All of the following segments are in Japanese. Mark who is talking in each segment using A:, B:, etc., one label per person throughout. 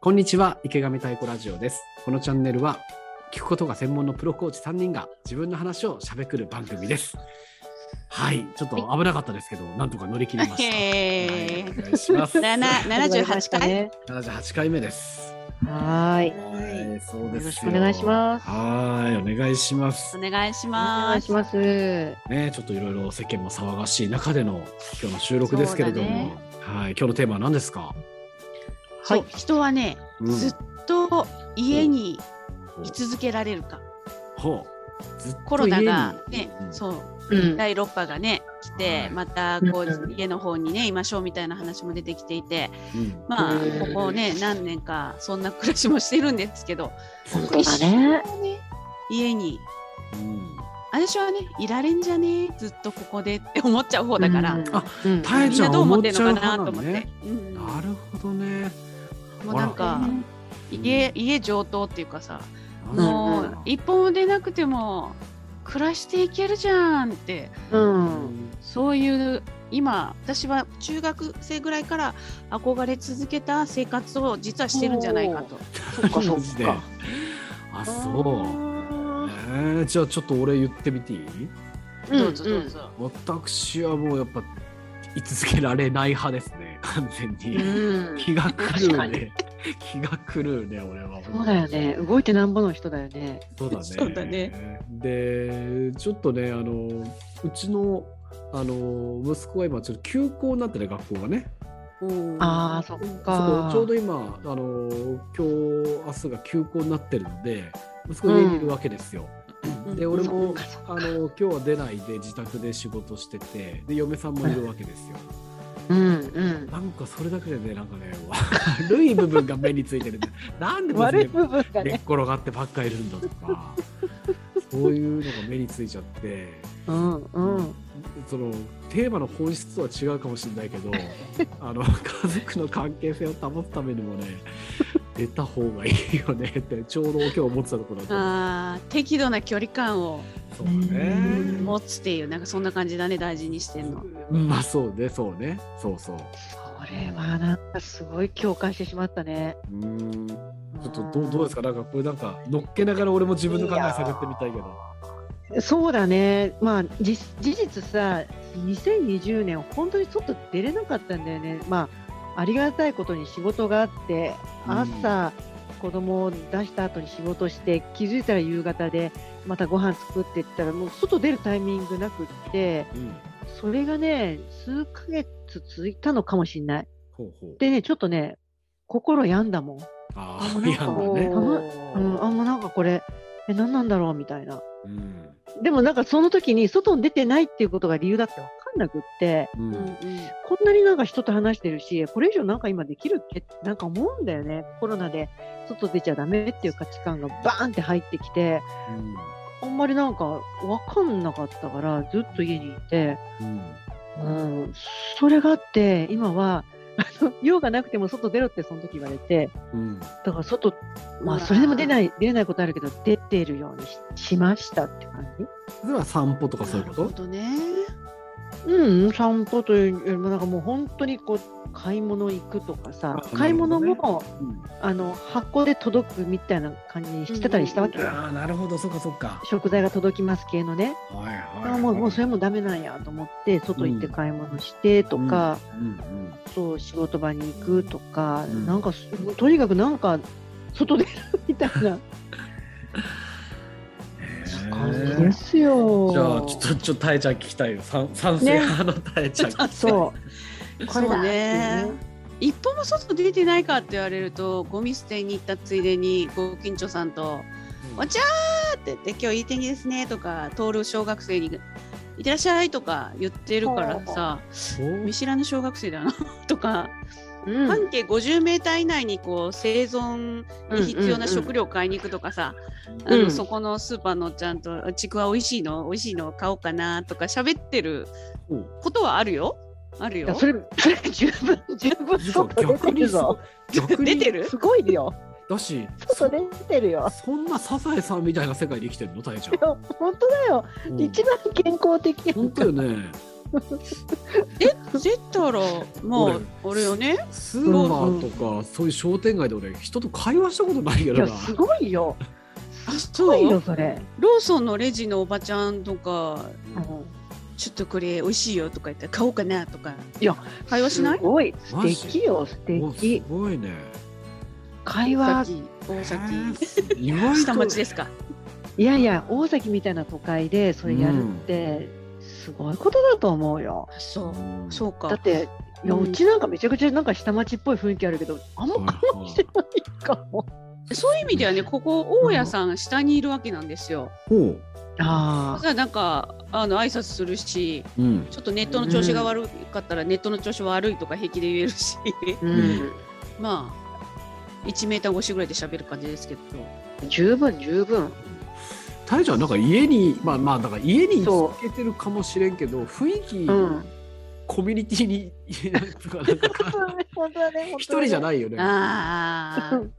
A: こんにちは池上太鼓ラジオですこのチャンネルは聞くことが専門のプロコーチ3人が自分の話をしゃべくる番組ですはいちょっと危なかったですけど、なんとか乗り切りました、
B: へ
A: はい
B: ー
A: お願いします
B: 七七十八回、
C: ね。
A: 78回目です
C: はーい。
A: はいそうですよ
C: よろしくお願いします
A: はいお願いします
B: お願いし
C: お願
B: ま
C: い
B: す。
C: します。
A: ねちょっといろいろ世間も騒がしい中での今日の収録ですけれども、
B: そうだね
A: はい今日のテーマは何ですか、
C: は
B: そ、
C: いう
B: 人はね、
A: うん
B: ずっと家に居続けられるか、
A: ほうずっと
B: コロナが
A: 家に
B: ね、
A: うん
B: そう
C: うん。
B: 第六波がね来
A: は
B: て
A: い、
B: またこ
C: う
B: うん家の方にねいましょうみたいな話も出てきていて、
A: うん
B: まあ
C: うん
B: ここね何年かそんな暮らしもしてるんですけど、
C: 本当だね。
B: 家に
A: うん
B: 私はねいられんじゃねずっとここでって思っちゃう方だから。
C: うん
A: あ、
C: うん
A: 耐え
B: みん
A: ちゃ
B: な
A: う
B: どう思ってんのかなと思っ
A: 思っちゃ
B: て
A: う。
B: うん
A: なるほどね
B: もうなんか
A: あら
B: 家家上等っていうかさ、
A: うん
B: も
C: う
B: う一本も出なくても暮らしていけるじゃんって
C: うん。
B: そういう今私は中学生ぐらいから憧れ続けた生活を実はしてるんじゃないかと。
C: そっかそ
A: マ
C: っ
A: ジで
C: か。
A: あそうえ
C: う
A: ー、じゃあちょっと俺言ってみていい
C: ん。
B: どうぞどうぞ。
A: 私はもうやっぱ居続けられない派ですね完全
C: う
A: に、
C: ん。
A: 気が狂
C: 確か
A: う
C: に
A: ね気が狂うね俺は
C: そうだよね。動いてなんぼの人だよね。
A: そう だね。
B: そうだね
A: で、ちょっとね、あの、うちの、あの、息子は今、ちょっと休校になってね、学校がね。
C: ああ、そっ
A: そ
C: か
A: う。ちょうど今、あの、今日、明日が休校になってるので、息子家にいるわけですよ。
B: うん
A: で、俺
C: そ
A: も
C: っかそっ、か
A: あの、今日は出ないで、自宅で仕事してて、で、嫁さんもいるわけですよ。
C: うんうん。
A: なんか、それだけでね、なんかね、 悪い部分が目についてるね。なんでこれ
C: 分が
A: 寝っ。転がってばっかいるんだとか、そういうのが目についちゃって。
C: うんうん。
A: そのテーマの本質とは違うかもしれないけどあの家族の関係性を保つためにもね出た方がいいよねってちょうど今日思ってたところだっ
B: あー適度な距離感を
A: たそうだね
C: うん
B: 持つっていうなんかそんな感じだね大事にしてんの。
A: うんまあそうねそうねそうそう
C: これはなんかすごい共感してしまったね。
A: うんちょっとどうどうですかなんかこれなんか乗っけながら俺も自分の考え探ってみたいけど
C: そうだね、まあ、じ事実さ、2020年、本当にちょっと出れなかったんだよね、まあ、ありがたいことに仕事があって、
A: うん
C: 朝、子供を出した後に仕事して、気づいたら夕方で、またご飯作ってったら、もう外出るタイミングなくって、
A: うん
C: それがね、数ヶ月続いたのかもしれない。
A: ほうほう
C: でね、ちょっとね、心病んだもん。
A: あ
C: あ
A: あ
C: なん
A: や
C: か
A: んだね
C: うん、あ、もうなんかこれ、え、何なんだろうみたいな。
A: うん
C: でもなんかその時に外に出てないっていうことが理由だって分かんなくって、
A: うん
B: うん
C: こんなになんか人と話してるし、これ以上なんか今できるっけってなんか思うんだよね。コロナで外出ちゃダメっていう価値観がバーンって入ってきて、
A: うん
C: あんまりなんか分かんなかったからずっと家にいて、
A: うん
C: うん、それがあって今は、あの用がなくても外出ろってその時言われて、
A: うん
C: だから外、
B: うわ
C: まあ
B: ー
C: それでも出ない、出れないことあるけど、出ているようにししましたって感じ。
A: それは散歩とかそういう
B: なる
A: こ
B: ほ
A: と
B: どね。
C: うん、散歩というよりも、なんかもう本当にこう買い物行くとかさ
A: あ、
C: 買い物
A: なる
C: も、
A: うん
C: あの箱で届くみたいな感じにしてたりしたわけよ、
A: ああなるほどそっかそっか
C: 食材が届きます系のね、
A: はいはい、
C: あもうもうそれもダメなんやと思って、外行って買い物してとか、
A: うん
C: そう仕事場に行くとか、
A: うん
C: なんかすとにかくなんか外出るみたい な
A: うん。
C: 感じ
A: へ
C: で
A: え
C: すよ。
A: じゃあちょっ とちょっとたえちゃん聞きたいよ。賛賛成派のたえちゃん。
C: そう、こ
B: そ
C: れ
B: う
C: だ
B: ね一歩も外出てないかって言われるとゴミ捨てに行ったついでにご近所さんと「お茶!」って言って「今日いい天気ですね」とか通る小学生に「いってらっしゃい」とか言ってるからさ見知らぬ小学生だな とか、
C: うん
B: 半径 50m 以内にこう生存に必要な食料買いに行くとかさ、
C: うん
B: あのそこのスーパーのおっちゃんと「ちくわ美味しいの美味しいの買おうかな」とか喋ってることはあるよ。ある
C: いや
B: よ。
C: それそれ十分十分外出て
A: 逆に
C: る
A: さ
C: ぞ。
A: 逆に
B: 出てる
C: すごいよ。
A: だし
C: 外出てるよ。
A: そんなサザエさんみたいな世界で生きてるのたえちゃん。
C: 本当だよ。
A: うん
C: 一番健康的やん
A: 本当よね。
B: 出たらまああれよね
A: スーパーとかそういう商店街で俺人と会話したことないけ
C: い
A: ど
C: や、
A: な
C: すごいよ。
B: あ
C: すごい
B: そ
C: よ、
B: う
C: それ。
B: ローソンのレジのおばちゃんとか
C: うん
B: ちょっとこれ美味しいよとか言って買おうかなとか
C: いや
B: 会話しない
C: すごい。素
A: マジ
C: 敵よ、素
A: お
C: 敵
A: す。ごいね
C: 会
B: 大
C: 話。
B: 崎大崎
A: えー意外と
B: 下町ですか
C: いやいや、大崎みたいな都会で、それやるって。すごいことだと思うよ。
B: あそううんそうか
C: だって。いや
B: うん
C: うちなんかめちゃくちゃなんか下町っぽい雰囲気あるけどあんま
A: はい
C: 顔してないかも。
B: そういう意味ではねここ大家さん下にいるわけなんですよ。
A: ほう
C: あ
B: だからなんかあの挨拶するし
A: うん
B: ちょっとネットの調子が悪かったらネットの調子悪いとか平気で言えるし
C: あ、う
A: うん
C: ん、
B: まあ1メーター越しぐらいで喋る感じですけど
C: 十分十分。
A: タイちゃんなんか家にまあまあだから家に
C: そう
A: つけてるかもしれんけど雰囲気、
C: うん。
A: コミュニティになんかなんか
C: 本当だね。
A: 一人じゃ
C: ない。
A: ないよね
B: あ
C: う
B: あ
C: ん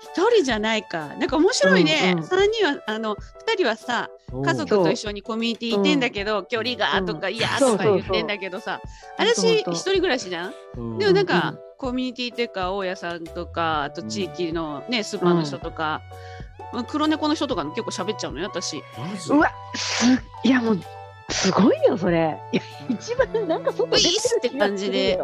B: 一人じゃないかなんか面白いね、
C: うんうん
B: 3人はあの2人はさ
A: うん
B: 家族と一緒にコミュニティいてんだけど、距離がとか、いやーとか言ってんだけどさ、
C: そうそうそう
B: 私一人暮らしじゃん
A: うん
B: でもなんか、
C: うん
B: コミュニティっていうか大家さんとかあと地域のね、スーパーの人とか、まあ黒猫の人とかも結構喋っちゃうのよ私
A: マジ
C: うわ、す、いやもう、すごいよ、それ。いや、一番なんか外出てる気がする
B: う
C: よ
B: いっすって感じで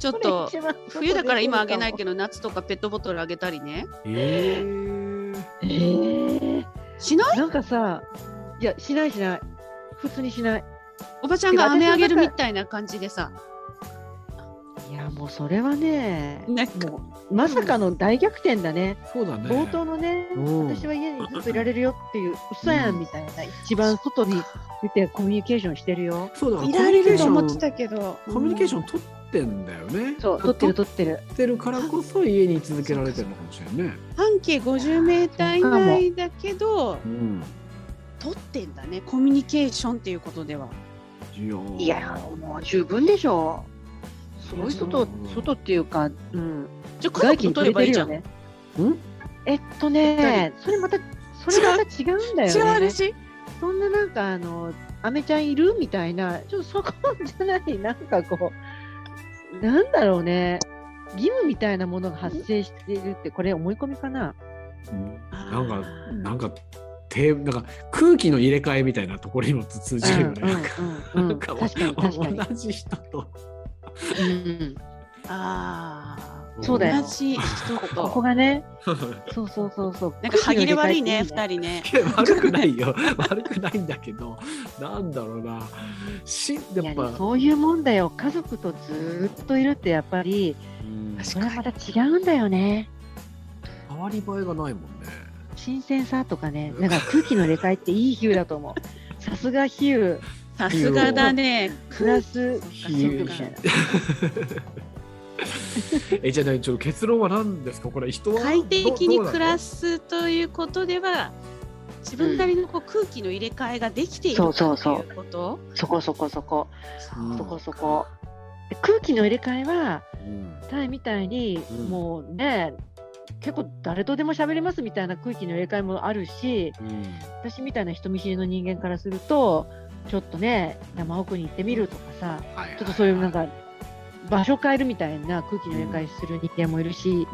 B: ちょっと
C: それ一番外出てるかも
B: 冬だから今あげないけど夏とかペットボトルあげたりね
A: えー
C: えー
B: しない
C: なんかさ、いや、しないしない。普通にしない。
B: おばちゃんが飴あげるみたいな感じでさ
C: いや、もうそれはね、
B: なんか
C: もう、まさかの大逆転だね。
A: そうだね
C: 冒頭のね、
A: うん
C: 私は家にずっといられるよっていう、嘘やんみたいな、一番外に出てコミュニケーションしてるよ。
A: そうだから
B: いられる
A: コ
B: と
A: ミュ
B: 思
A: ニ
B: って
A: ケーション
B: たけど
A: コミュニケーショ
B: ン
A: ン取ってんだよね
C: そう、撮ってる撮ってる。
A: ってるからこそ家に続けられてるのかもしれんね。
B: 半径50メーター以内だけど
A: うん。
B: 取ってんだねコミュニケーションっていうことでは。
C: いや、もう十分でしょう。すごい
A: そう
C: 外、外っていうか、うん。
B: じゃあ家
C: 外気
B: 族
C: に
B: と取れ
C: 触れ
B: ば
C: て
B: いい
C: る
B: じゃ
C: よ
B: ん。
C: ね。
A: うん。
C: えっとね、それまた、それまた違うんだ
B: 違う
C: よね。
B: 話
C: そんななんか、あの、アメちゃんいるみたいな、ちょっとそこじゃない、なんかこう、なんだろうね、義務みたいなものが発生しているって、これ思い込みかな。
A: なんか、なんか、て、なんか空気の入れ替えみたいなところにも通じるよね。なんか
C: うんうん
A: な
C: うんうんん
A: か
C: 確かに確かに。
A: 同じ人と。
C: うん
B: ああ
C: そうだよ
B: 同じ人
C: こことがね、そうそうそうそう。
B: なんか歯切れ悪いね
C: 空気
B: 二人
C: の入
B: ね
A: いや 悪くないよ。悪くないんだけど、なんだろうな。し、
C: れ替え
A: や
C: い
A: っ
C: いねいや
A: ぱ。
C: そういうもんだよ。家族とずーっといるってやっぱり、
A: うん
C: それはまた違うんだよね。
A: 変わり映えがないもんね。
C: 新鮮さとかね、なんか空気の入れ替えっていい比喩だと思う。 さすが比喩、
B: さすがだね
C: プラス
A: 比
C: 加速
A: 喩
C: みたいな。
A: え、じゃあ、ちょっと結論は何ですか。これ、人は。
B: 快適に暮ら
A: す。
B: すということでは自分なりのこう空気の入れ替えができている
C: そう
B: と
C: そ
B: いう
C: そう
B: うこと
C: そこそこそこ、
A: うん
C: そこそこ。で空気の入れ替えは、
A: うん
C: タイみたいに
A: うん、
C: もうね、結構誰とでも喋れますみたいな空気の入れ替えもあるし、
A: うん。
C: 私みたいな人見知りの人間からすると、ちょっとね、山奥に行ってみるとかさ、
A: はいはい
C: ちょっとそういうなんか、場所変えるみたいな空気の入れ替えする人間もいるし、
A: うん
B: いや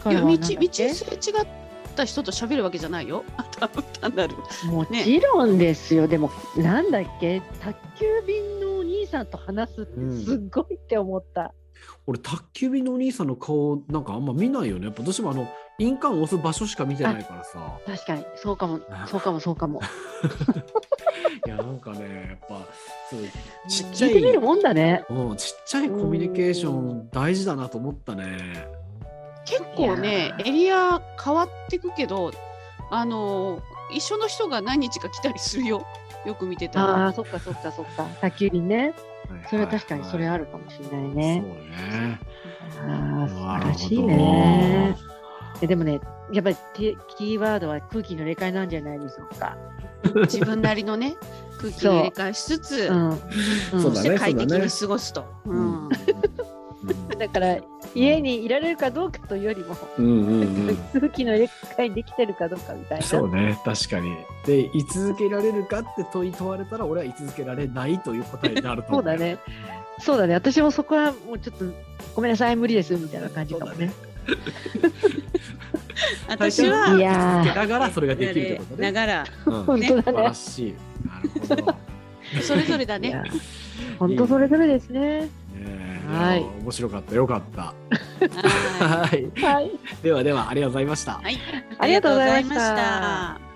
C: 力は
B: 道
C: なんだっ
B: 道す
C: け
B: れ違った人と喋るわけじゃないよ 多分単なる
C: もちろんですよ、でも、なんだっけ、宅急便のお兄さんと話すって
A: うん
C: すっごいって思った。
A: 俺宅急便のお兄さんの顔なんかあんま見ないよねやっぱどうしてもあの印鑑を押す場所しか見てないからさ
C: 確かに、そうかも
A: あ、
C: そうかも、そうかも。
A: いやなんかねやっぱそうちっちゃ
C: 聞いて
A: い
C: みるもんだね。
A: うんちっちゃいコミュニケーション大事だなと思ったね
B: 結構ねエリア変わってくけどあの一緒の人が何日か来たりするよよく見てた
C: あ
B: ら
C: あ、そっか、そっか、そっか、宅急便ね。それは確かに、それ
A: は
C: あるかもしれない
A: いはい
C: ね。
A: そうね
C: ああ、素
A: な
C: 晴
A: る
C: ら
A: ほ
C: しい
A: ど
C: ね。えでもね、やっぱりテキーワードは空気の入れ替えなんじゃないでしょうか。
B: 自分なりのね空気を入れ替えしつつ、
C: うん、うん
A: そう
B: そ
A: だ
B: し
A: ね
B: て快適に過ごすと。うん
A: うんうん
C: だから家にいられるかどうかというよりも、
A: うんうんうん
C: 空気の入れ替えできてるかどうかみたいな。
A: そうね確かにで居続けられるかって問い問われたら俺は居続けられないという答えになると
C: そ
A: 思
C: うだね。そうだね。私もそこはもうちょっと、ごめんなさい、無理です、みたいな感じかもね。
B: 私
C: い
B: は
C: やー
A: だからそれができるってことね
B: ながら
A: うん
C: 本
A: 素
C: 当だ
A: 晴
C: ね
A: ら。しいなる ほど
B: それぞれだ
C: いや
B: ね。
C: 本当それぞれですね。
A: ねえ
C: はい
A: いや面白かったよかった
B: は
A: は
B: い
A: い
C: はい。
A: ではではありがとうございました
C: ありがとうございま
B: ありがとうございま
C: し。
B: したた。